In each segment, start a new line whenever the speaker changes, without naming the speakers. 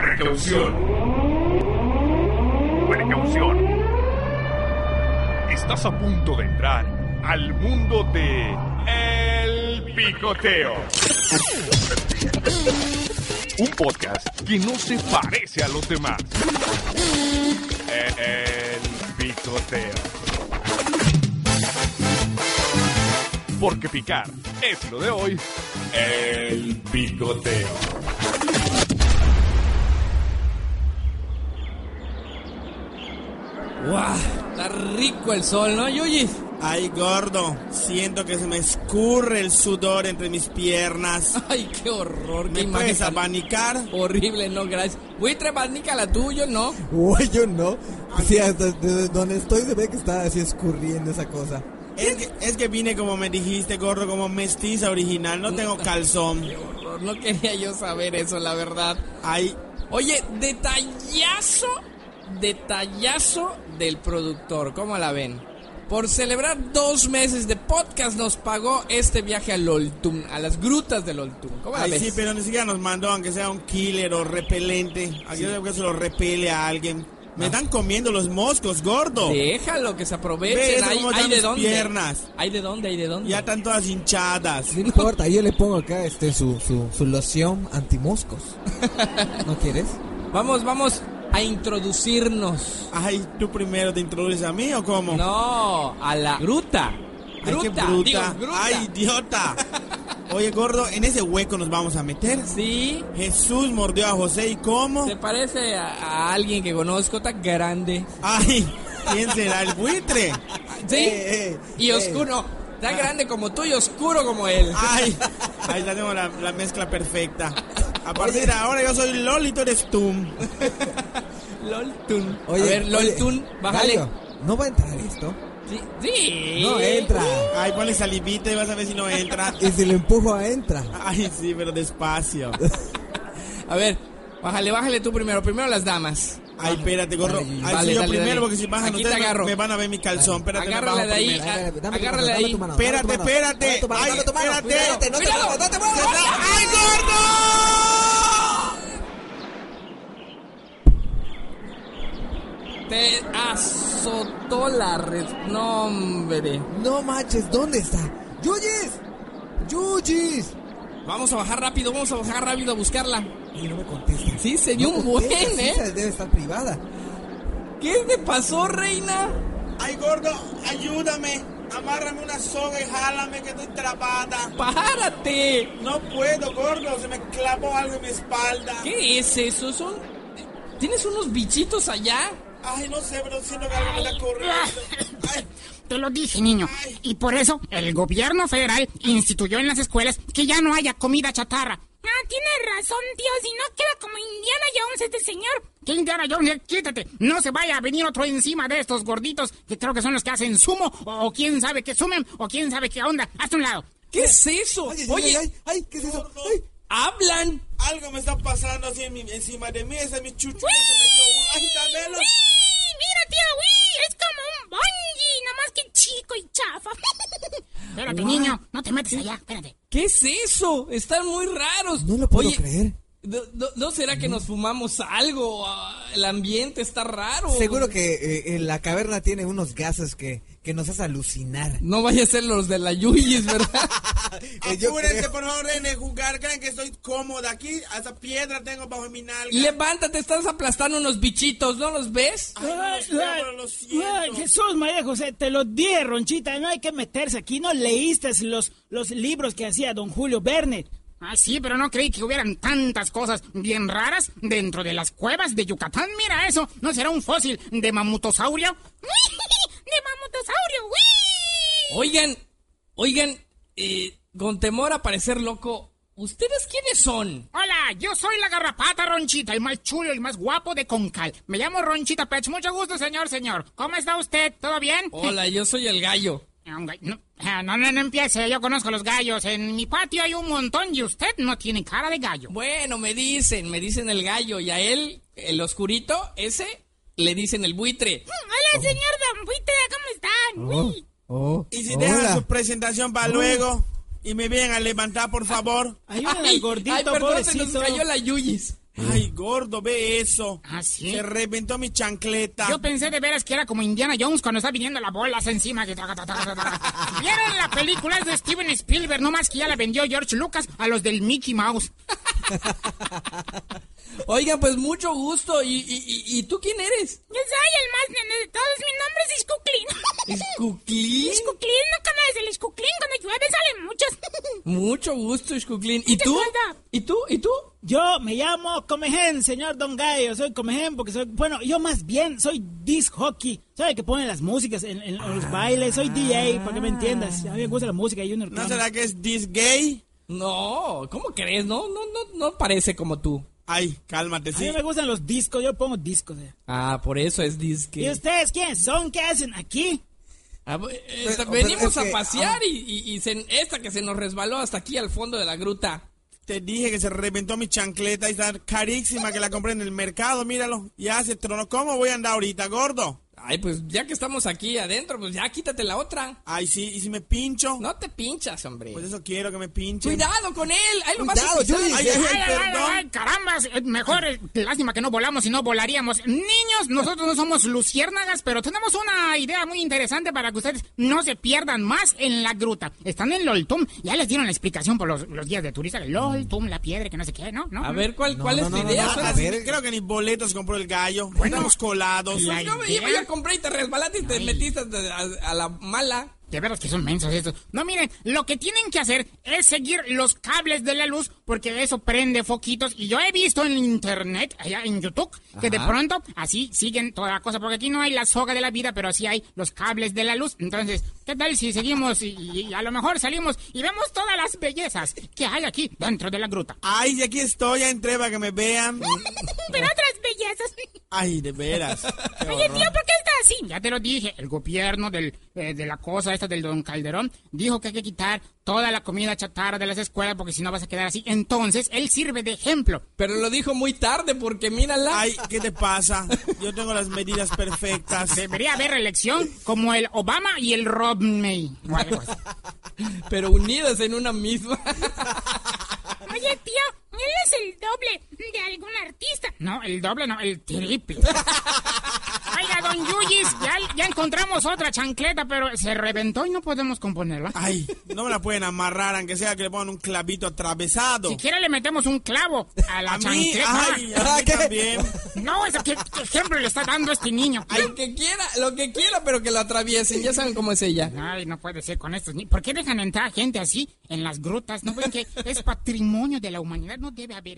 Precaución. Precaución. Estás a punto de entrar al mundo de El Picoteo. Un podcast que no se parece a los demás. El Picoteo. Porque picar es lo de hoy. El Picoteo.
¡Guau! Está rico el sol, ¿no, Yuji?
Ay, gordo, siento que se me escurre el sudor entre mis piernas.
¡Ay, qué horror! ¡Qué
¿Me
imagen
puedes
tan
abanicar?
horrible! No, gracias. Buitre, manica la tuya, ¿no?
Güey, yo no. Sí, hasta de donde estoy se ve que está así escurriendo esa cosa.
Es que, es que vine como me dijiste, gordo, como mestiza original. No tengo calzón.
¡Qué horror! No quería yo saber eso, la verdad.
Ay,
Oye, detallazo, detallazo del productor. ¿Cómo la ven? Por celebrar dos meses de podcast nos pagó este viaje al Oltum, a las grutas del Oltum. ¿Cómo la
ay
ves?
sí, pero ni siquiera nos mandó, aunque sea un killer o repelente. Aquí creo que se lo repele a alguien.
Ah.
Me están comiendo los moscos, gordo.
Déjalo que se
Ve
aprovechen.
eso
Hay,
cómo
hay
están
de
mis
dónde.
piernas.
Hay de dónde, hay de dónde.
Ya están todas hinchadas.
No importa, yo le pongo acá este su, su, su loción antimoscos. ¿No quieres?
Vamos, vamos a introducirnos.
Ay, ¿tú primero te introduces a mí o cómo?
No, a la gruta.
Ay,
Gruta,
qué
digo,
bruta.
gruta.
Ay, idiota. Oye, gordo, ¿en ese hueco nos vamos a meter?
Sí,
Jesús mordió a José y cómo.
se parece a, a alguien que conozco tan grande.
Ay, ¿quién será el buitre?
Sí,
Eh, eh,
y
eh. Ah.
oscuro. Tan grande como tú y oscuro como él.
Ay, ahí ya tengo la, la mezcla perfecta. A partir de ahora yo soy Lolito tú eres tú.
Loltun. a ver, Loltun,
oye,
bájale.
Gallo, ¿No va a entrar esto?
Sí, sí.
No entra.
Ay, ponle salivita y vas a ver si no entra.
Y si lo empujo, a entra.
Ay, sí, pero despacio.
A ver, bájale, bájale tú primero. Primero las damas.
Ay, espérate, gorro.
Dale,
Ay,
dale,
sí, yo
dale,
primero,
dale.
porque si bajan
Aquí te
ustedes me-
agarro.
me van a ver mi calzón. Espérate, me
Agárrala
bajo
de ahí.
primero.
Ah,
dame tu
agárrale
mano,
ahí.
Dame tu mano, dame tu
Espérate,
mano.
espérate.
Dame tu mano,
Ay,
dame tu mano.
espérate.
Cuidado, no te
Cuidado.
muevas, no te
Se
muevas.
da- ¡Ay, gordo!
Te azotó la red. No, hombre.
No manches, ¿dónde está? ¡Yuyis! ¡Yuyis!
Vamos a bajar rápido, vamos a bajar rápido a buscarla.
Y no me contesta.
Sí, se dio
No
un buen,
contesta, sí,
¿eh?
se- Debe estar privada.
¿Qué te pasó, reina?
Ay, gordo, ayúdame. Amárrame una soga y jálame que estoy trapada.
¡Párate!
No puedo, gordo. Se me clavó algo en mi espalda.
¿Qué es eso? ¿Son... ¿Tienes unos bichitos allá?
Ay, no sé, pero siento que algo me está corriendo. Ay,
Te lo dije, niño. Y por eso el gobierno federal instituyó en las escuelas que ya no haya comida chatarra. Ah, tiene razón, tío. Si no queda como Indiana Jones este señor. Que Indiana Jones, Ya quítate. No se vaya a venir otro encima de estos gorditos que creo que son los que hacen sumo o quién sabe qué sumen o quién sabe qué onda. Hazte un lado.
¿Qué es eso?
Ay, ay, ay,
Oye,
ay, ay, ¿qué es eso?
gordo.
Ay,
hablan.
algo me está pasando así en mi- encima de mí. Ese es mi chuchu. ya se metió uno. Ay, dámelo.
¡Uy! Mira, tío, uy, es como un bungee, nomás que chico y chafa. Espérate, niño, no te metes allá, espérate.
¿Qué es eso? Están muy raros.
no lo puedo
Oye,
creer.
¿no, no- no será que nos fumamos algo? Ah, El ambiente está raro.
Seguro que eh, eh, la caverna tiene unos gases que, que nos hace alucinar.
No vaya a ser los de la Yuyis, ¿verdad?
Eh, yo
Apúrense,
creo-
por favor, en el jugar. Crean que estoy cómoda aquí. Hasta piedra tengo bajo mi nalga.
Levántate, estás aplastando unos bichitos, ¿no los ves?
Ay, no los veo, pero los
Ay,
siento.
Jesús, María José, te lo dije, Ronchita, no hay que meterse aquí, no leíste los, los libros que hacía don Julio Verne.
Ah, sí, pero no creí que hubieran tantas cosas bien raras dentro de las cuevas de Yucatán. Mira eso, ¿no será un fósil de mamutosaurio? ¡De mamutosaurio! ¡Uy!
Oigan, oigan, eh, con temor a parecer loco, ¿ustedes quiénes son?
Hola, yo soy la garrapata Ronchita, el más chulo y más guapo de Concal. Me llamo Ronchita Pech, mucho gusto, señor, señor. ¿Cómo está usted? ¿Todo bien?
Hola, yo soy el gallo.
Ah, un gallo. No, ah, no, no, no empiece, yo conozco los gallos. En mi patio hay un montón y usted no tiene cara de gallo.
Bueno, me dicen, me dicen el gallo y a él, el oscurito, ese, le dicen el buitre.
Hola, señor Don Buitre, ¿cómo están?
Oh, oh,
Y si dejan su
hola.
presentación para luego y me vienen a levantar, por favor.
Ayúdame
Ay,
al gordito,
ay, perdón, se nos
pobrecito.
cayó la Yuyis.
Ay, gordo, ve eso.
¿Ah, sí?
Se reventó mi chancleta.
Yo pensé de veras que era como Indiana Jones cuando está viniendo las bolas encima. que taca, taca, taca, taca. ¿Vieron la película de Steven Spielberg? No más que ya la vendió George Lucas a los del Mickey Mouse.
Oigan, pues mucho gusto. ¿Y, y, y- y tú quién eres?
Yo soy el más nene de todos. Mi nombre es Iscuclín.
Iscuclín.
Iscuclín, nunca me des el Iscuclín. Cuando llueve salen muchos.
Mucho gusto, Iscuclín. ¿Y tú?
cuenta?
¿Y tú? ¿Y tú?
Yo me llamo Comején, señor Don Gallo. Soy Comején porque soy. Bueno, yo más bien soy disc hockey. ¿Sabe que ponen las músicas en, en los bailes? Soy DJ, para que me entiendas. A mí me gusta la música y Junior.
¿No
Clan.
será que es this gay?
No, ¿cómo crees? No, no, no, no parece como tú.
Ay, cálmate,
A mí
sí.
me gustan los discos, yo pongo discos. eh.
Ah, por eso es disque.
¿Y ustedes quiénes son? ¿Qué hacen aquí?
Ah, bu- eh,
Pero- pero
venimos
es
a
que- ah.
pasear y, y- y se- esta que se nos resbaló hasta aquí al fondo de la gruta.
Te dije que se reventó mi chancleta y está carísima que la compré en el mercado, míralo. Ya se tronó. ¿Cómo voy a andar ahorita, gordo?
Ay, pues ya que estamos aquí adentro, pues ya quítate la otra.
Ay, sí, ¿y si me pincho?
No te pinchas, hombre.
Pues eso quiero que me pinche.
Cuidado con él. Ahí lo vas a
Cuidado,
pisar.
Yuri.
Ay,
Ay,
ay,
ay, ay,
perdón.
ay, carambas, eh, mejor, eh, lástima que no volamos y no volaríamos. Niños, nosotros no somos luciérnagas, pero tenemos una idea muy interesante para que ustedes no se pierdan más en la gruta. Están en Loltum, ya les dieron la explicación por los, los días de turista. Loltum, la piedra, que no sé qué, ¿no? ¿No?
A ver, ¿cuál,
No,
cuál
no,
es
no,
tu
no,
idea?
no,
Suena-
a
Ah,
ver.
Creo que ni boletos compró el gallo. Estamos colados.
la-
Pues Yo me iba,
idea.
yo compré y te resbalaste y te metiste a, a- a la mala.
De veras que son mensos estos. No, miren, lo que tienen que hacer es seguir los cables de la luz porque eso prende foquitos. Y yo he visto en internet, allá en YouTube, que de pronto así siguen toda la cosa. Porque aquí no hay la soga de la vida, pero sí hay los cables de la luz. Entonces, ¿qué tal si seguimos y, y a lo mejor salimos y vemos todas las bellezas que hay aquí dentro de la gruta?
Ay, y aquí estoy, ya entré para que me vean.
Pero otras bellezas.
Ay, de veras. Qué
Oye,
horror.
tío, ¿por qué está así? Ya te lo dije, el gobierno del, eh, de la cosa esta del don Calderón dijo que hay que quitar toda la comida chatarra de las escuelas porque si no vas a quedar así. Entonces, él sirve de ejemplo.
Pero lo dijo muy tarde porque mírala.
Ay, ¿qué te pasa? Yo tengo las medidas perfectas.
Debería haber elección como el Obama y el Romney. o algo así.
Pero unidas en una misma.
Oye, tío, él es el doble de algún artista. No, el doble no, el triple. Oiga, don Yuyis, ya, ya encontramos otra chancleta, pero se reventó y no podemos componerla.
Ay, no me la pueden amarrar, aunque sea que le pongan un clavito atravesado.
Si quiere le metemos un clavo a la
A mí,
chancleta.
ay, a mí también.
No, es que qué ejemplo le está dando este niño.
lo que quiera, lo que quiera, pero que lo atraviesen. Ya saben cómo es ella.
Ay, no puede ser con estos niños. ¿Por qué dejan entrar gente así en las grutas? ¿No ven que es patrimonio de la humanidad? No debe haber.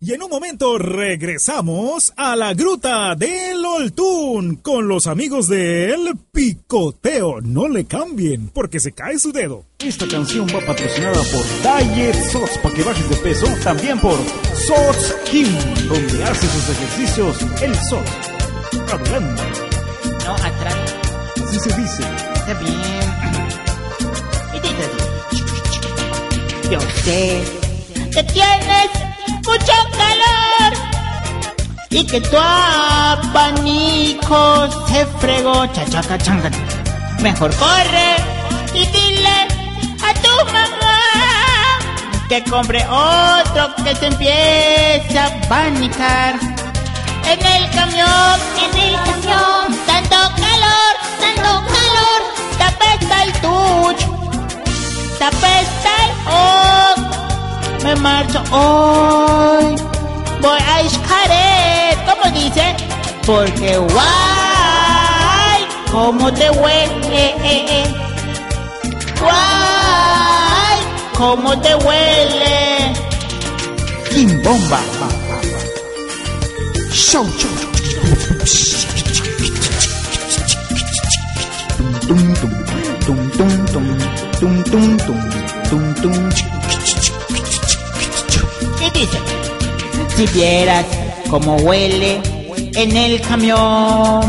Y en un momento regresamos a la gruta del Oltún con los amigos del Picoteo. No le cambien porque se cae su dedo.
Esta canción va patrocinada por Diet Sots para que bajes de peso, también por Sots Kim, donde hace sus ejercicios el sol. Hablando,
No, atrás.
así se dice.
Está bien. Yo sé que tienes mucho calor y que tu abanico se fregó. Chachaca, changa. Mejor corre y dile a tu mamá que compre otro que se empiece a abanicar. En el camión, en el camión, tanto calor, tanto calor, te apesta el tucho, te apesta el oh, me marcho hoy, voy a escaré, ¿cómo dice? Porque guay, cómo te huele, guay, cómo te huele, Kim Bomba. Show, show,
Tum, tum, tum, tum, tum, tum, tum, tum, tum, tum.
y dice, si vieras cómo huele en el camión,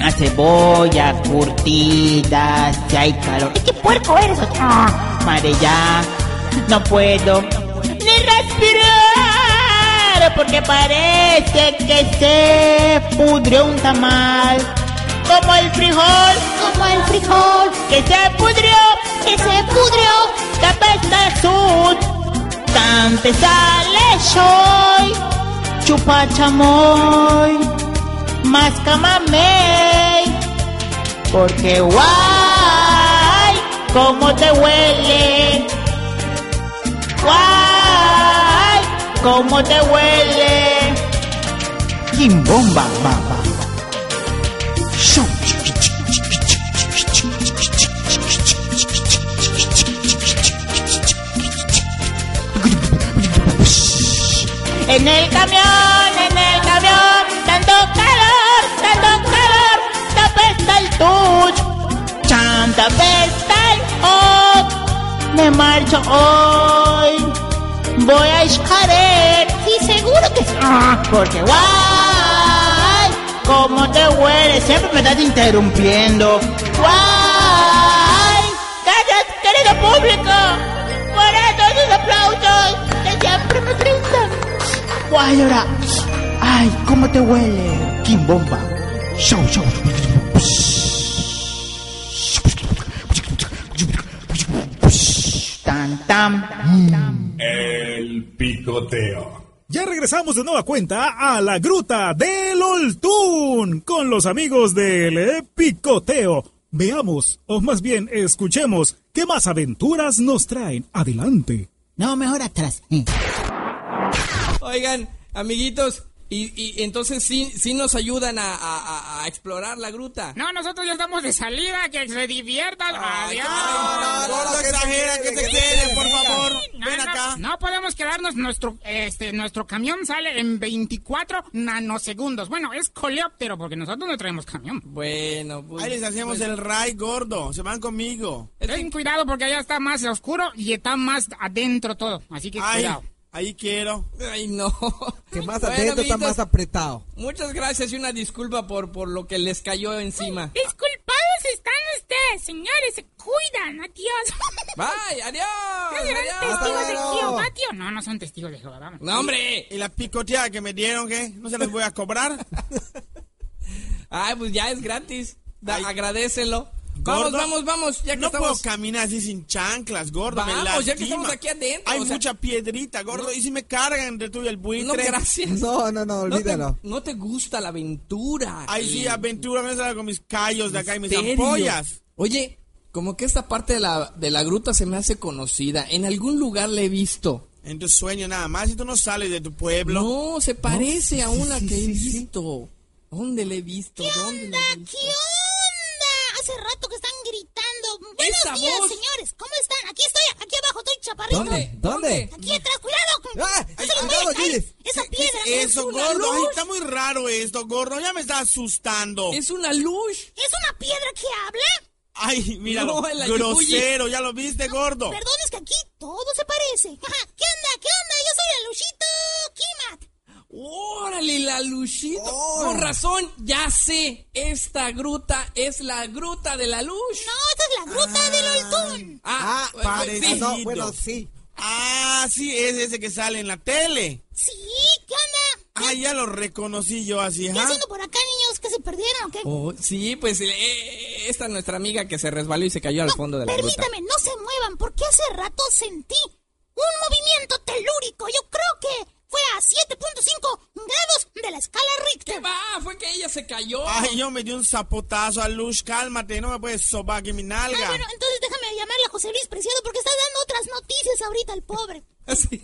a cebolla curtida, si hay calor. ¡Ay, qué puerco eres! ¡Ah! Madre, ya no puedo ni respirar, porque parece que se pudrió un tamal. Como el frijol, como el frijol, que se pudrió, que se pudrió, que apesta el sur. Tan te sale
soy chupachamoy, mascamamey, porque guay, cómo te huele, guay, cómo te huele. Kimbomba, mamá. En el camión, en el camión, tanto calor, tanto calor, tapesta el tuch, chanta pesta el hot. Me marcho hoy, voy a escalar, sí, seguro que sí. Ah, Porque guay, cómo te huele, siempre me estás interrumpiendo. Guay, gracias, querido público, por todos los aplausos que siempre me brindan. Guay, ahora. Ay, cómo te huele. Kimbomba. Show, show. Tan, tan.
El picoteo.
Ya regresamos de nueva cuenta a la gruta del Oltún con los amigos del eh, Picoteo. Veamos, o más bien escuchemos, qué más aventuras nos traen. Adelante.
No, mejor atrás. eh.
Oigan, amiguitos, y, y entonces sí, sí nos ayudan a, a- a- a explorar la gruta.
No, nosotros ya estamos de salida, que se diviertan. Adiós.
Gordo, exagera, que te quede, por favor. Ven
no,
acá.
no podemos quedarnos. Nuestro, este, nuestro camión sale en 24 nanosegundos. Bueno, es coleóptero porque nosotros no traemos camión.
Bueno, pues.
Ahí les hacemos el ray gordo. Se van conmigo.
Es que-
Ten cuidado porque allá está más oscuro y está más adentro todo. Así que
Ay,
cuidado.
ahí quiero.
Ay, no.
Que más
Bueno,
adentro está
amiguitos,
más apretado.
Muchas gracias y una disculpa por, por lo que les cayó encima.
Disculpados están ustedes, señores. Se cuidan. Adiós.
Bye, adiós. adiós.
testigos de luego. Jehová,
tío. No, no son testigos de Jehová. Vamos.
No, hombre.
Y la picoteada que me dieron, ¿qué? No se las voy a cobrar.
Ay, pues ya es gratis. Da-
Ay.
agradecelo. Vamos,
Gordo,
vamos, vamos. Ya que
No
estamos.
puedo caminar así sin chanclas, gordo. me
Vamos, ya que
lastima.
estamos aquí adentro,
Hay
o sea-
mucha piedrita, gordo. Y si me cargan de tuyo el buitre.
no, gracias.
No, no, no,
No te-
olvídalo.
No te, gusta la aventura.
Ahí sí,
el
aventura me salgo con mis callos de acá y mis
misterio.
ampollas.
Oye, como que esta parte de la, de la gruta se me hace conocida. En algún lugar la he visto.
En tu sueño nada más, si tú no sales de tu pueblo.
No, se parece a una que he visto. ¿Dónde la he visto? ¿Dónde la he visto?
¿Qué onda? Hace rato que están gritando. Buenos
Esa
días,
voz.
señores. ¿Cómo están? Aquí estoy, aquí abajo, estoy chaparrito.
¿Dónde? ¿Dónde?
Mm.
Aquí atrás, cuidado.
¡Ah!
No se los
cuidado,
vaya a caer.
Gilles.
Esa
¿Qué
piedra
es eso,
una
gordo? Ay,
luz.
está muy raro esto, gordo. Ya me está asustando.
Es una luz.
¿Es una piedra que habla?
Ay, míralo.
No, el ayuyi.
grosero, ya lo viste, gordo.
Perdón, es que aquí todo se parece. Ajá. ¿Qué onda? ¿Qué onda? Yo soy el Luchito Kimat.
Órale, la luchita. Con razón, ya sé. Esta gruta es la gruta de la luz.
No, esta es la gruta del Oltún.
Ah,
Ah,
eh,
parece-
sí.
Ah, no, bueno, sí.
Ah, sí, es ese que sale en la tele.
Sí, ¿qué onda?
Ah, ya lo reconocí yo así,
¿Qué
¿ah?
haciendo por acá, niños? ¿Que se perdieron o qué?
Oh, sí, pues eh, eh, esta es nuestra amiga que se resbaló y se cayó al fondo de la gruta.
Permítame, no se muevan, porque hace rato sentí un movimiento telúrico. Yo creo que fue a 7.5 grados de la escala
¿Qué
Richter. Ah,
va? Fue que ella se cayó.
Ay, yo me di un zapotazo a Luz, cálmate, no me puedes sobar aquí mi
Ah,
nalga.
bueno, entonces déjame llamarle a José Luis Preciado porque está dando otras noticias ahorita al pobre.
Sí.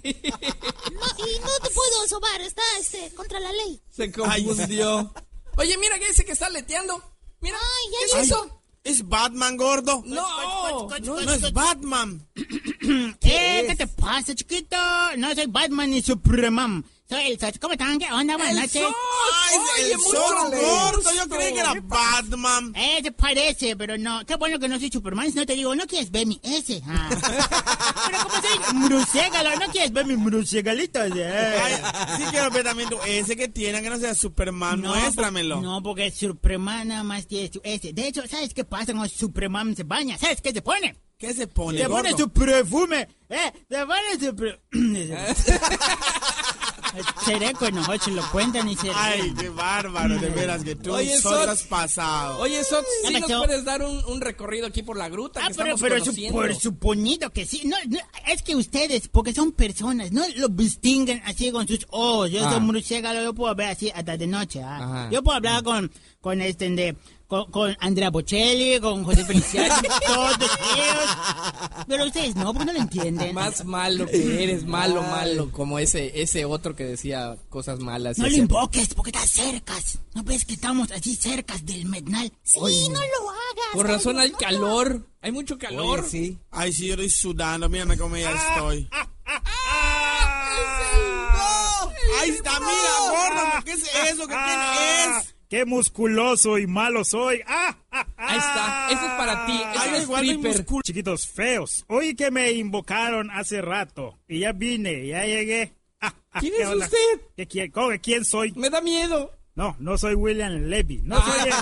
No, y no te puedo sobar, está este, contra la ley.
Se confundió. Oye, mira que dice que está leteando. Mira.
Ay, ya
¿Qué
llegó. Pues,
es eso?
¿Es Batman, gordo?
No.
no, no es Batman.
Eh, ¿Qué, ¿Qué te pasa, chiquito? No soy Batman ni Superman. Soy el Sol. ¿Cómo están? ¿Qué onda? Buenas
El
noches.
sol.
Ay,
Oye,
el
mucho
sol gordo, yo
gusto.
creí que era Batman.
Eh, te parece, pero no. Qué bueno que no soy Superman. Si no te digo, no quieres ver mi S. Ah. pero como soy murciégalo, no quieres ver mis murciégalitos.
Ay,
Eh.
sí quiero ver también tu ese que tiene, que no sea Superman, Ah, muéstramelo.
po- No, porque Superman nada más tiene su S. De hecho, ¿sabes qué pasa cuando Superman se baña? ¿Sabes qué se pone?
¿Qué se pone,
Se pone
gordo?
su perfume. Eh, se pone su perfume.
Sereco en Ojochi lo cuentan y se.
Ay, qué bárbaro, de veras que tú
Oye,
solo
Sot.
has pasado.
Oye, Sots, ¿sí
me
nos
quedo-
puedes dar un, un recorrido aquí por la gruta
Ah,
que
pero,
estamos
pero su-
conociendo?
por suponido que sí. No, no, es que ustedes, porque son personas, no lo distinguen así con sus ojos. Yo
Ah.
soy murciélago, yo puedo ver así hasta de noche. ah.
Ajá.
Yo puedo hablar con, con este de- Con, con Andrea Bocelli, con José Feliciano, todos ellos. Pero ustedes no, porque no lo entienden.
Más malo que eres, malo, malo, como ese ese otro que decía cosas malas. y
no lo
hacía-
invoques porque estás cercas. ¿No ves que estamos así cercas del Mednal?
Sí, no lo hagas.
Por razón
Carlos,
hay
no lo
calor, hay mucho calor. Ah,
Oye, sí.
Ay, sí, yo estoy sudando, mírame cómo ya estoy.
ah,
Ahí está, mira, gordo, ¿qué es eso? ¿Qué quién
ah,
es?
Ah, ¡Qué musculoso y malo soy! ¡Ah! ah, ah!
Ahí está, ese es para ti, ese
Ay,
es
igual de
stripper.
musculoso.
Chiquitos feos, oí que me invocaron hace rato y ya vine, ya llegué. Ah, ah,
¿Quién
¿qué
es
onda?
usted?
¿Qué, quién, cómo que quién soy?
Me da miedo.
No, no soy William Levy. No soy, el,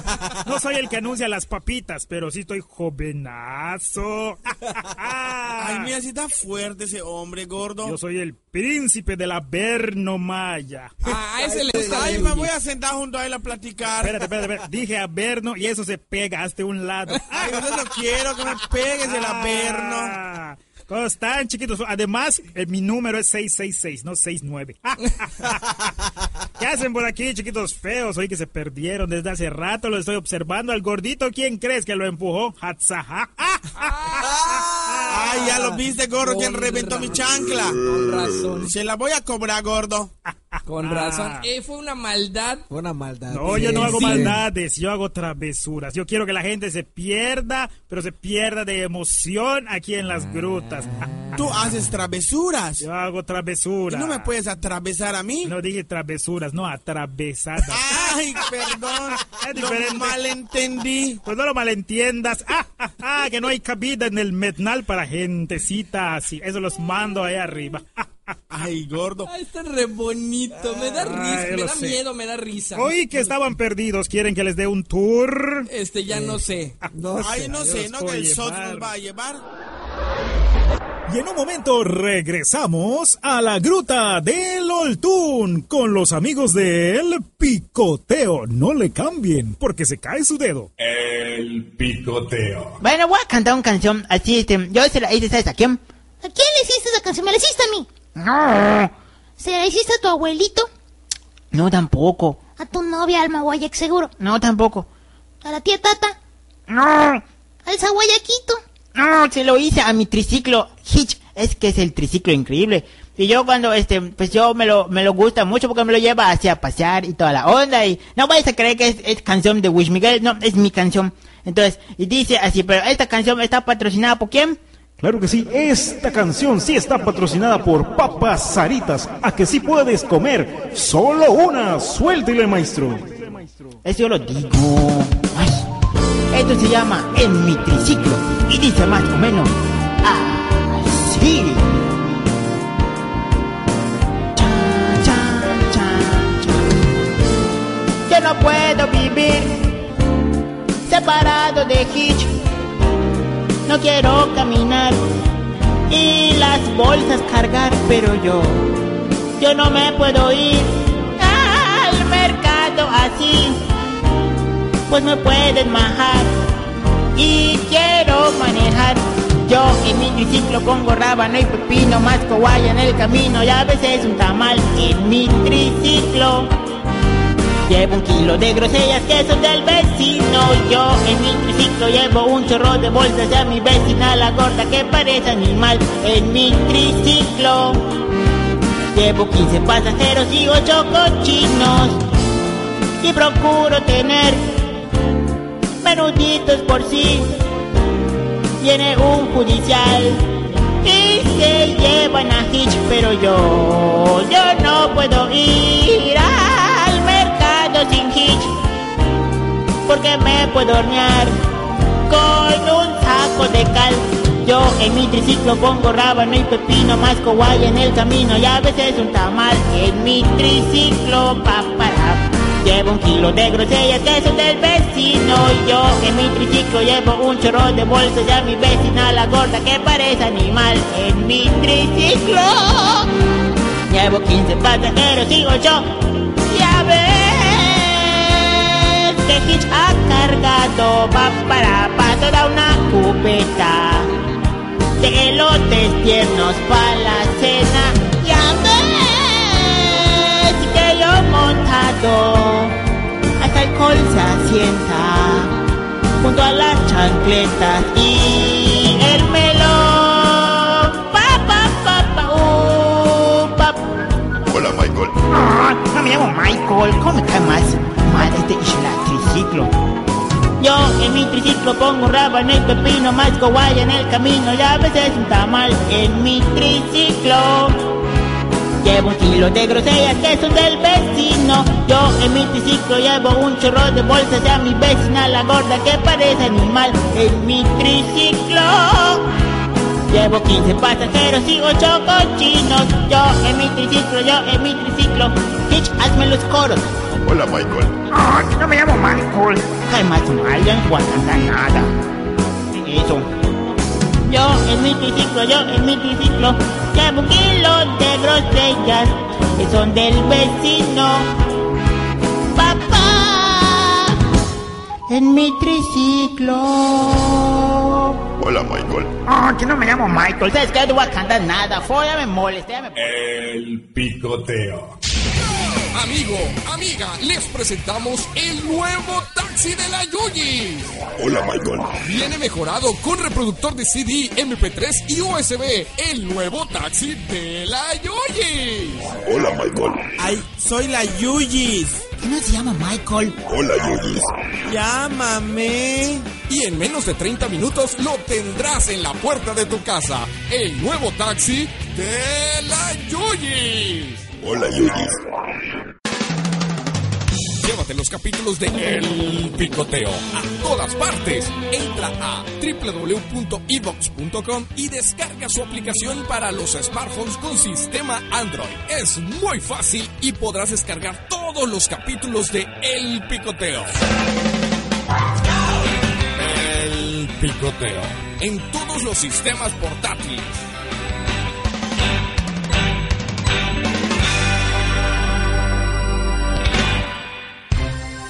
no soy el que anuncia las papitas, pero sí estoy jovenazo. Ah, ah, ah.
Ay, mira, sí está fuerte ese hombre, gordo.
Yo soy el príncipe de la Vernomaya.
Ah, a ese le
Ay,
sale.
Pues me voy a sentar junto a él a platicar.
Espérate, espérate, espérate. Dije averno y eso se pega hasta un lado.
Ay, yo no quiero que me pegues el averno.
Ah, ¿Cómo están, chiquitos? Además, eh, mi número es 666, no 69. ¿Qué hacen por aquí, chiquitos feos? Oye, que se perdieron desde hace rato. Lo estoy observando al gordito. ¿Quién crees que lo empujó? Hatzaha.
Ah. Ay, ya lo viste, gordo, quien reventó mi chancla.
Con razón,
Se la voy a cobrar, gordo.
con razón. Eh, fue una maldad.
Fue una maldad.
No, yo no hago maldades, yo hago travesuras. Yo quiero que la gente se pierda, pero se pierda de emoción aquí en las grutas.
Tú haces travesuras.
Yo hago
Y
travesuras.
no me puedes atravesar a mí.
No dije travesuras, no, atravesadas.
Ah. Ay, perdón.
Es diferente.
Lo malentendí.
Pues no lo malentiendas. Ah, ah, ah, que no hay cabida en el Metnal para gentecita así. Eso los mando ahí arriba. Ah, ah.
Ay, gordo.
Ay, está re bonito. Me da risa,
yo
me
lo
da
sé.
miedo, me da risa.
Oí que estaban perdidos. ¿Quieren que les dé un tour?
Este, ya no sé.
No sé.
Ay, no
yo
sé,
los
¿no?
puedo
Que el sol
llevar.
nos va a llevar.
Y en un momento regresamos a la gruta del Oltún con los amigos del Picoteo. No le cambien, porque se cae su dedo.
El picoteo.
Bueno, voy a cantar una canción así, este, yo se la hice, ¿sabes a quién?
hagas. ¿A quién le hiciste esa canción? ¿Me la hiciste a mí?
No,
¿Se la hiciste a tu abuelito?
no tampoco,
¿A tu novia, Alma Guayac, seguro?
no tampoco,
¿A la tía Tata?
no,
¿Al Zaguayaquito?
no, se lo hice a mi triciclo Hitch, es que es el triciclo increíble. Y yo cuando, este, pues yo me lo, me lo gusta mucho porque me lo lleva hacia pasear y toda la onda y no vais a creer que es, es canción de Wish Miguel, no, es mi canción. Entonces, y dice así, pero esta canción está patrocinada por quién?
Claro que sí, esta canción sí está patrocinada por Papas Saritas, a que sí puedes comer solo una. Suéltele, maestro.
Eso yo lo digo. Ay, esto se llama En mi triciclo y dice más o menos así. Chan, chan, chan, chan. Yo no puedo vivir separado de Hitch. No quiero caminar y las bolsas cargar, pero yo, yo no me puedo ir al mercado así, pues me pueden majar y quiero manejar. Yo en mi triciclo pongo rábano y pepino, más guaya en el camino y a veces un tamal en mi triciclo. Llevo un kilo de grosellas que son del vecino Yo en mi triciclo llevo un chorro de bolsas a mi vecina la gorda que parece animal En mi triciclo Llevo 15 pasajeros y 8 cochinos Y procuro tener menuditos por sí Viene un judicial y se llevan a Hitch, pero yo, yo no puedo ir al mercado sin Hitch, porque me puedo hornear con un saco de cal. Yo en mi triciclo pongo rábano y pepino, más guay en el camino y a veces un tamal en mi triciclo, papará. Llevo un kilo de grosellas que son del vecino y yo en mi triciclo llevo un chorro de bolsas y a mi vecina la gorda que parece animal en mi triciclo. Llevo nuevo, 15 pasajeros, sigo yo. Ya ves que Hitch ha cargado va para paso da una cubeta de elotes tiernos para la cena. Ya ves que yo montado hasta el col se asienta junto a las chancletas y el melón. Pa, pa, pa, pa, uh, pa.
Hola, Michael.
Ah, no me llamo Michael, ¿cómo estás más? Madre de la triciclo. Yo en mi triciclo pongo rábano y pepino, más guaya en el camino y a veces un tamal en mi triciclo. Llevo un kilo de grosellas que son del vecino. Yo en mi triciclo llevo un chorro de bolsas y a mi vecina la gorda que parece animal en mi triciclo. Llevo 15 pasajeros y 8 cochinos. Yo en mi triciclo, yo en mi triciclo. Hitch, hazme los coros.
Hola, Michael.
Ah, no me llamo Michael. Además, no hay en Guatemala nada. Eso. Yo en mi triciclo, yo en mi triciclo, llevo un kilo de grosellas que son del vecino. Papá, en mi triciclo.
Hola, Michael.
Ah, que no me llamo Michael, ¿sabes qué? De Wakanda nada, folla me molesta, ya me...
El picoteo.
Amigo, amiga, les presentamos el nuevo taxi de la Yuyi.
Hola, Michael.
Viene mejorado con reproductor de CD, MP3 y USB. El nuevo taxi de la Yuyi.
Hola, Michael.
Ay, soy la Yuyis.
¿Qué no se llama Michael?
Hola, Yuyis.
Llámame.
Y en menos de 30 minutos lo tendrás en la puerta de tu casa. El nuevo taxi de la Yuyi.
Hola, Yuyis.
Llévate los capítulos de El Picoteo a todas partes. Entra a www.evox.com y descarga su aplicación para los smartphones con sistema Android. Es muy fácil y podrás descargar todos los capítulos de El Picoteo. El Picoteo en todos los sistemas portátiles.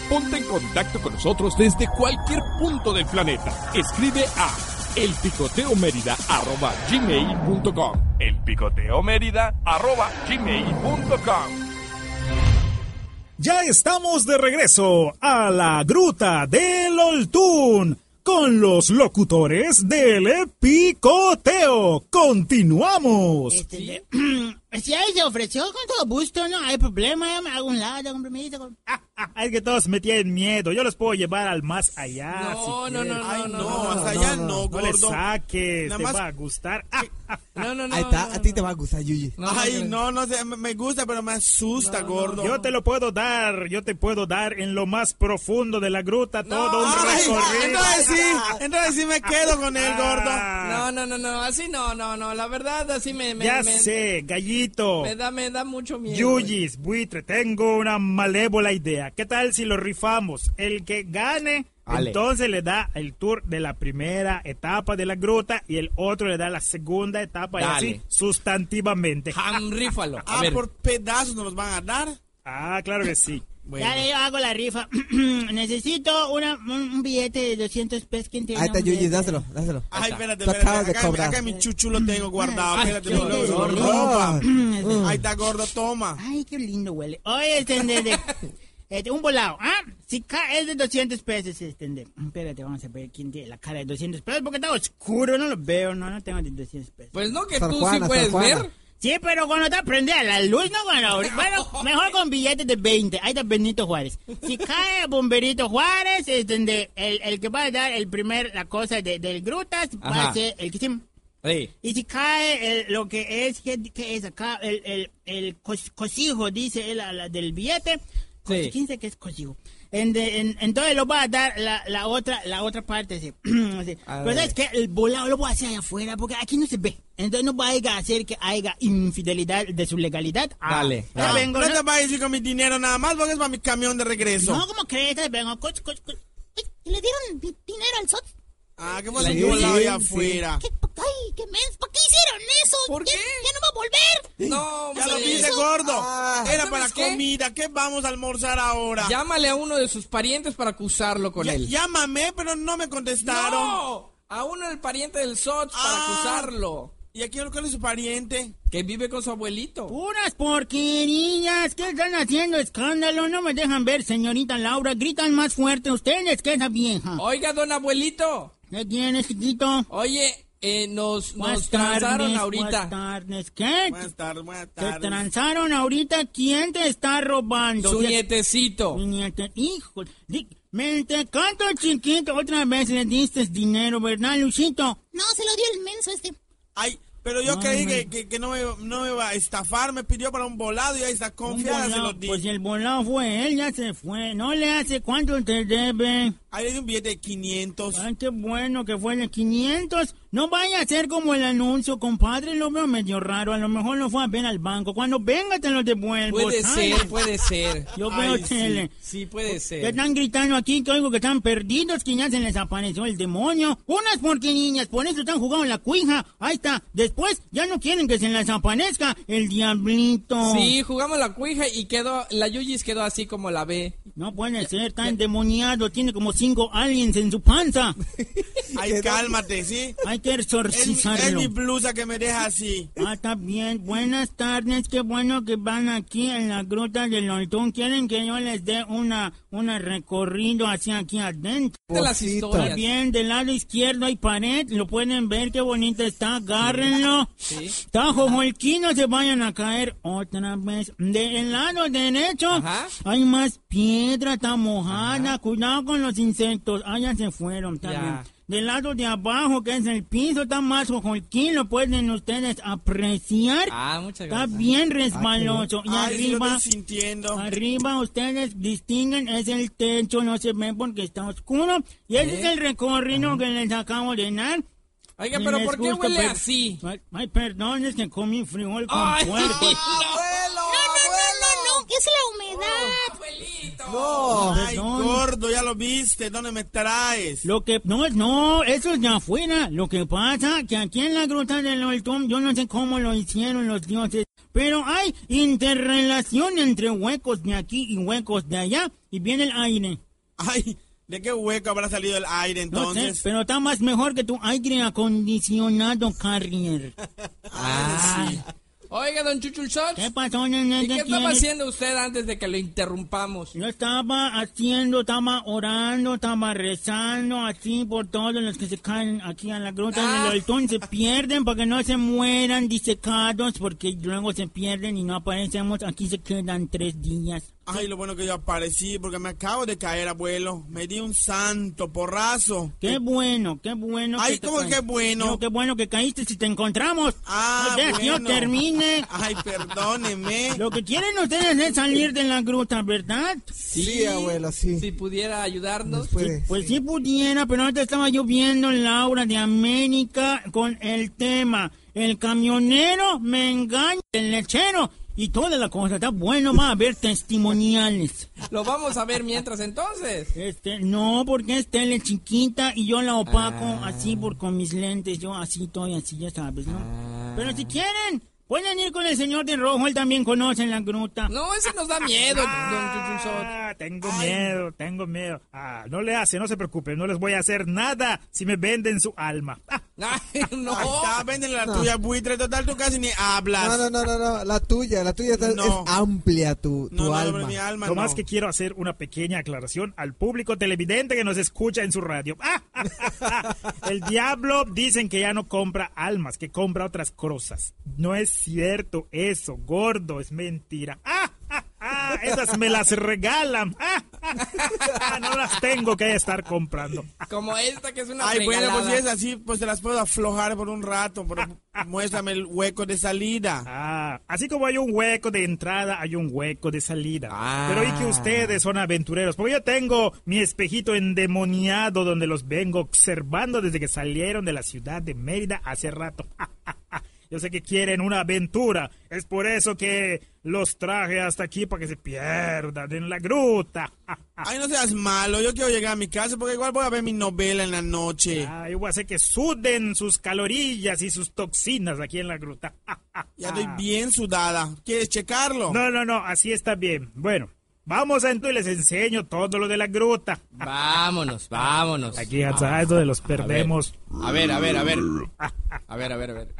Ponte en contacto con nosotros desde cualquier punto del planeta. Escribe a elpicoteomérida.gmail.com elpicoteomérida.gmail.com
Ya estamos de regreso a la gruta del Oltún con los locutores del Picoteo. Continuamos.
Este, si ahí se ofreció con todo gusto, no hay problema, yo me hago un lado, compromiso. con-
Ah, ah, es que todos me tienen miedo. Yo los puedo llevar al más allá.
No,
si
no, no,
quieres.
Ay,
no,
no,
no,
hasta
no,
allá
no,
no,
No le
gordo.
saques,
Nada
te
más-
va a gustar. Ah, ah,
No, no, no.
Ahí está, a ti te va a gustar, Yuyi.
No, no,
Ay,
no.
no, no sé, me- me gusta, pero me asusta, gordo.
yo te lo puedo dar, yo te puedo dar en lo más profundo de la gruta todo un
Ay,
recorrido.
entonces sí, entonces sí me quedo con el
No,
gordo.
Ah,
no, no, no, así no, no, no, la verdad así me, me,
ya
me-
sé, gallito.
me da, me da mucho miedo.
Yuyis, buitre, tengo una malévola idea. ¿Qué tal si lo rifamos? El que gane,
Ale.
entonces le da el tour de la primera etapa de la gruta y el otro le da la segunda etapa
Dale.
y así sustantivamente.
Han, rífalo. A
Ah,
ver,
por pedazos nos los van a dar.
Ah, claro que sí.
Dale, yo hago la rifa. Necesito una, un, un billete de 200 pesos. ¿Quién
Ah,
tiene
Ahí está,
un
Yuyi,
billete?
dáselo, dáselo.
Ay, espérate,
Tú
espérate.
acabas de
Acá, mi-
cobrar.
acá mi chuchu lo tengo guardado. Espérate,
qué
no, no, no,
horror.
ropa.
Mm,
Ahí está, gordo, toma.
Ay, qué lindo huele. Oye, este, de- de- este, un volado, ¿ah? Si ca- es de 200 pesos, este, de- espérate, vamos a ver quién tiene la cara de 200 pesos, porque está oscuro, no lo veo, no, no tengo de 200 pesos.
pues no que
Sor
tú sí
Juana, Sor
puedes
Juana.
ver.
Sí, pero cuando te prende a la luz, no con la ori- Bueno, mejor con billetes de 20. Ahí está Benito Juárez. Si cae Bomberito Juárez, es donde el, el que va a dar el primer, la cosa de, del Grutas, va
Ajá.
a ser el que se-
Sí.
Y si cae el- lo que es, que, que es acá, el, el, el cos- cosijo, dice él, a la del billete. Cos-
Sí.
¿Quién sabe qué es cosijo? En de- en- entonces lo va a dar la, la otra la otra parte. Sí. Sí.
A
Pero
ver.
sabes que el volado lo voy a hacer allá afuera porque aquí no se ve. Entonces no va a hacer que haya infidelidad de su legalidad.
Ah,
Dale,
ya
dale.
vengo,
Ah, No
¿no?
te vayas a ir con mi dinero nada más porque es para mi camión de regreso.
No, ¿cómo crees? Ahí Vengo, cos- cos- cos-
¿Y le dieron di- dinero al SOT?
Ah, ¿qué
La
pasa? Yo la
sí,
allá
sí.
afuera.
¿Qué, ay, qué mens, ¿Por qué hicieron eso?
¿Por
¿Ya,
qué?
ya no va a volver.
No,
Ya lo
hombre.
dice gordo.
Ah.
Era
¿Sabes
para
qué?
comida. ¿Qué vamos a almorzar ahora?
Llámale a uno de sus parientes para acusarlo con
Ya-
él.
Llámame, pero no me contestaron.
¡No! A uno del pariente del SOT para
Ah.
acusarlo.
¿Y aquí cuál es su pariente?
Que vive con su abuelito.
Puras porquerías, ¿qué están haciendo escándalo? No me dejan ver, señorita Laura, gritan más fuerte ustedes que esa vieja.
Oiga, don abuelito.
¿Qué tienes, chiquito?
Oye, eh, nos, nos
Buenas
transaron
Pues tardes, Buenas
ahorita. Pues
tardes, ¿qué?
Buenas tardes, buenas
¿Te
tardes.
transaron ahorita? ¿Quién te está robando?
Su
¿Qué-
nietecito.
Mi nieta, hijo, di- mentecato chiquito, otra vez le diste dinero, ¿verdad, Lucito?
No, se lo dio el menso este.
Ay, pero yo
Ay,
creí que,
bueno.
que, que no, me, no me iba a estafar. Me pidió para un volado y ahí está confiada, se
Un
lo
volado,
di.
Pues el volado fue él, ya se fue. No le hace cuánto te debe.
Ahí le di un billete de 500.
Ay, qué bueno que fue de 500. No vaya a ser como el anuncio, compadre. Lo veo medio raro. A lo mejor lo fue a ver al banco. Cuando venga te lo devuelvo.
Puede
Ay,
ser, puede ser.
Yo veo
Ay, sí.
tele.
Sí, puede
Que
Eh.
ser.
están gritando aquí, que oigo que están perdidos, que ya se les apareció el demonio. Unas porque niñas, por eso están jugando la cuija. Ahí está. Después ya no quieren que se les aparezca el diablito.
Sí, jugamos la cuija y quedó, la Yuyis quedó así como la ve.
No puede ser tan demoniado. Tiene como cinco aliens en su panza.
Ay, cálmate, ¿sí?
Hay que
Es, mi- es
exorcizarlo.
mi blusa que me deja así.
Ah, está bien. Buenas tardes. Qué bueno que van aquí en la gruta del Oltún. ¿Quieren que yo les dé una, una recorrido hacia aquí adentro?
De las
Cosita.
Está
historias.
bien, del lado izquierdo hay pared, lo pueden ver, qué bonito está, agárrenlo. Está jojolquino, se vayan a caer otra vez. Del lado derecho
Ajá.
hay más piedra, está mojada, cuidado con los insectos, ah, ya se fueron, está
Ya.
bien. Del lado de abajo, que es el piso, está más jojolquín, lo pueden ustedes apreciar.
Ah, muchas
Está
gracias.
bien resbaloso.
Ay,
y
sí lo
arriba...
estoy sintiendo.
Arriba ustedes distinguen, es el techo, no se ven porque está oscuro. Y ese
¿Eh?
es el recorrido que les acabo de dar.
Oiga,
Y
pero
les
¿por qué
gusta,
huele
pues-
así?
Ay, ay, perdón, es que comí frijol con
Ay,
puerco.
no.
No, no, no, no, no, que es la
Oh.
humedad.
Abuelito.
Oh, Ay,
Perdón.
gordo, ya lo viste. ¿Dónde me traes?
Lo que no es, no, eso es de afuera. Lo que pasa que aquí en la gruta del Oltum, yo no sé cómo lo hicieron los dioses, pero hay interrelación entre huecos de aquí y huecos de allá, y viene el aire.
Ay, ¿de qué hueco habrá salido el aire
No eh, sé,
entonces?
pero está más mejor que tu aire acondicionado, Carrier. Ah,
Oiga, don Chuchul Shots,
¿Qué pasó, nene?
¿Y qué estaba
quieres?
haciendo usted antes de que lo interrumpamos?
Yo estaba haciendo, estaba orando, estaba rezando, así por todos los que se caen aquí a la gruta
Ah.
del Oltún, se pierden para que no se mueran disecados, porque luego se pierden y no aparecemos, aquí se quedan tres días.
Ay, lo bueno que yo aparecí porque me acabo de caer, abuelo. Me di un santo porrazo.
Qué bueno, qué bueno.
Ay,
te
¿cómo
caíste.
qué bueno?
No, qué bueno que caíste si te encontramos.
Ah,
No dejes que yo
bueno.
termine.
Ay, perdóneme.
Lo que quieren ustedes es salir de la gruta, ¿verdad?
Sí, abuelo, sí.
Si pudiera ayudarnos.
Puede.
Pues sí pudiera, pero ahorita estaba yo viendo Laura de América con el tema El camionero me engaña, el lechero y toda la cosa. Está bueno, va a haber testimoniales.
Lo vamos a ver mientras entonces.
Este, no, porque es tele chiquita y yo la opaco así por con mis lentes. Yo así estoy, así ya sabes, ¿no? Pero si quieren, pueden ir con el señor de rojo, él también conoce la gruta.
No, ese nos da miedo, don Chuchul Shots.
Ah, tengo miedo, tengo miedo. Ah, no le hace, no se preocupe, no les voy a hacer nada si me venden su alma. Ah,
Ay, no.
Ahí está, véndele la
No.
tuya, buitre. Total, tú casi ni hablas.
No, no, no, no, no, la tuya, la tuya está-
No.
es amplia tu, tu
No, no,
alma.
hombre, mi alma
lo
no.
más que quiero hacer una pequeña aclaración al público televidente que nos escucha en su radio. Ah, ah, ah, ah. El diablo dicen que ya no compra almas, que compra otras cosas. No es cierto eso, gordo, es mentira. Ah, ah, ah, esas me las regalan. Ah, ah, ah, no las tengo que estar comprando.
Como esta que es una
Ay, bueno, pues si es
regalada.
así, pues te las puedo aflojar por un rato. Pero muéstrame el hueco de salida.
Ah, así como hay un hueco de entrada, hay un hueco de salida. Pero y que ustedes son aventureros, porque yo tengo mi espejito endemoniado donde los vengo observando desde que salieron de la ciudad de Mérida hace rato. Yo sé que quieren una aventura. Es por eso que los traje hasta aquí para que se pierdan en la gruta.
Ay, no seas malo, yo quiero llegar a mi casa porque igual voy a ver mi novela en la noche.
Ah, yo voy a hacer que suden sus calorillas y sus toxinas aquí en la gruta.
Ya estoy bien sudada. ¿Quieres checarlo?
No, no, no, así está bien. Bueno, vamos a entonces les enseño todo lo de la gruta.
Vámonos, vámonos.
Aquí hasta donde los perdemos.
A ver, a ver, a ver. A ver, a ver, a ver.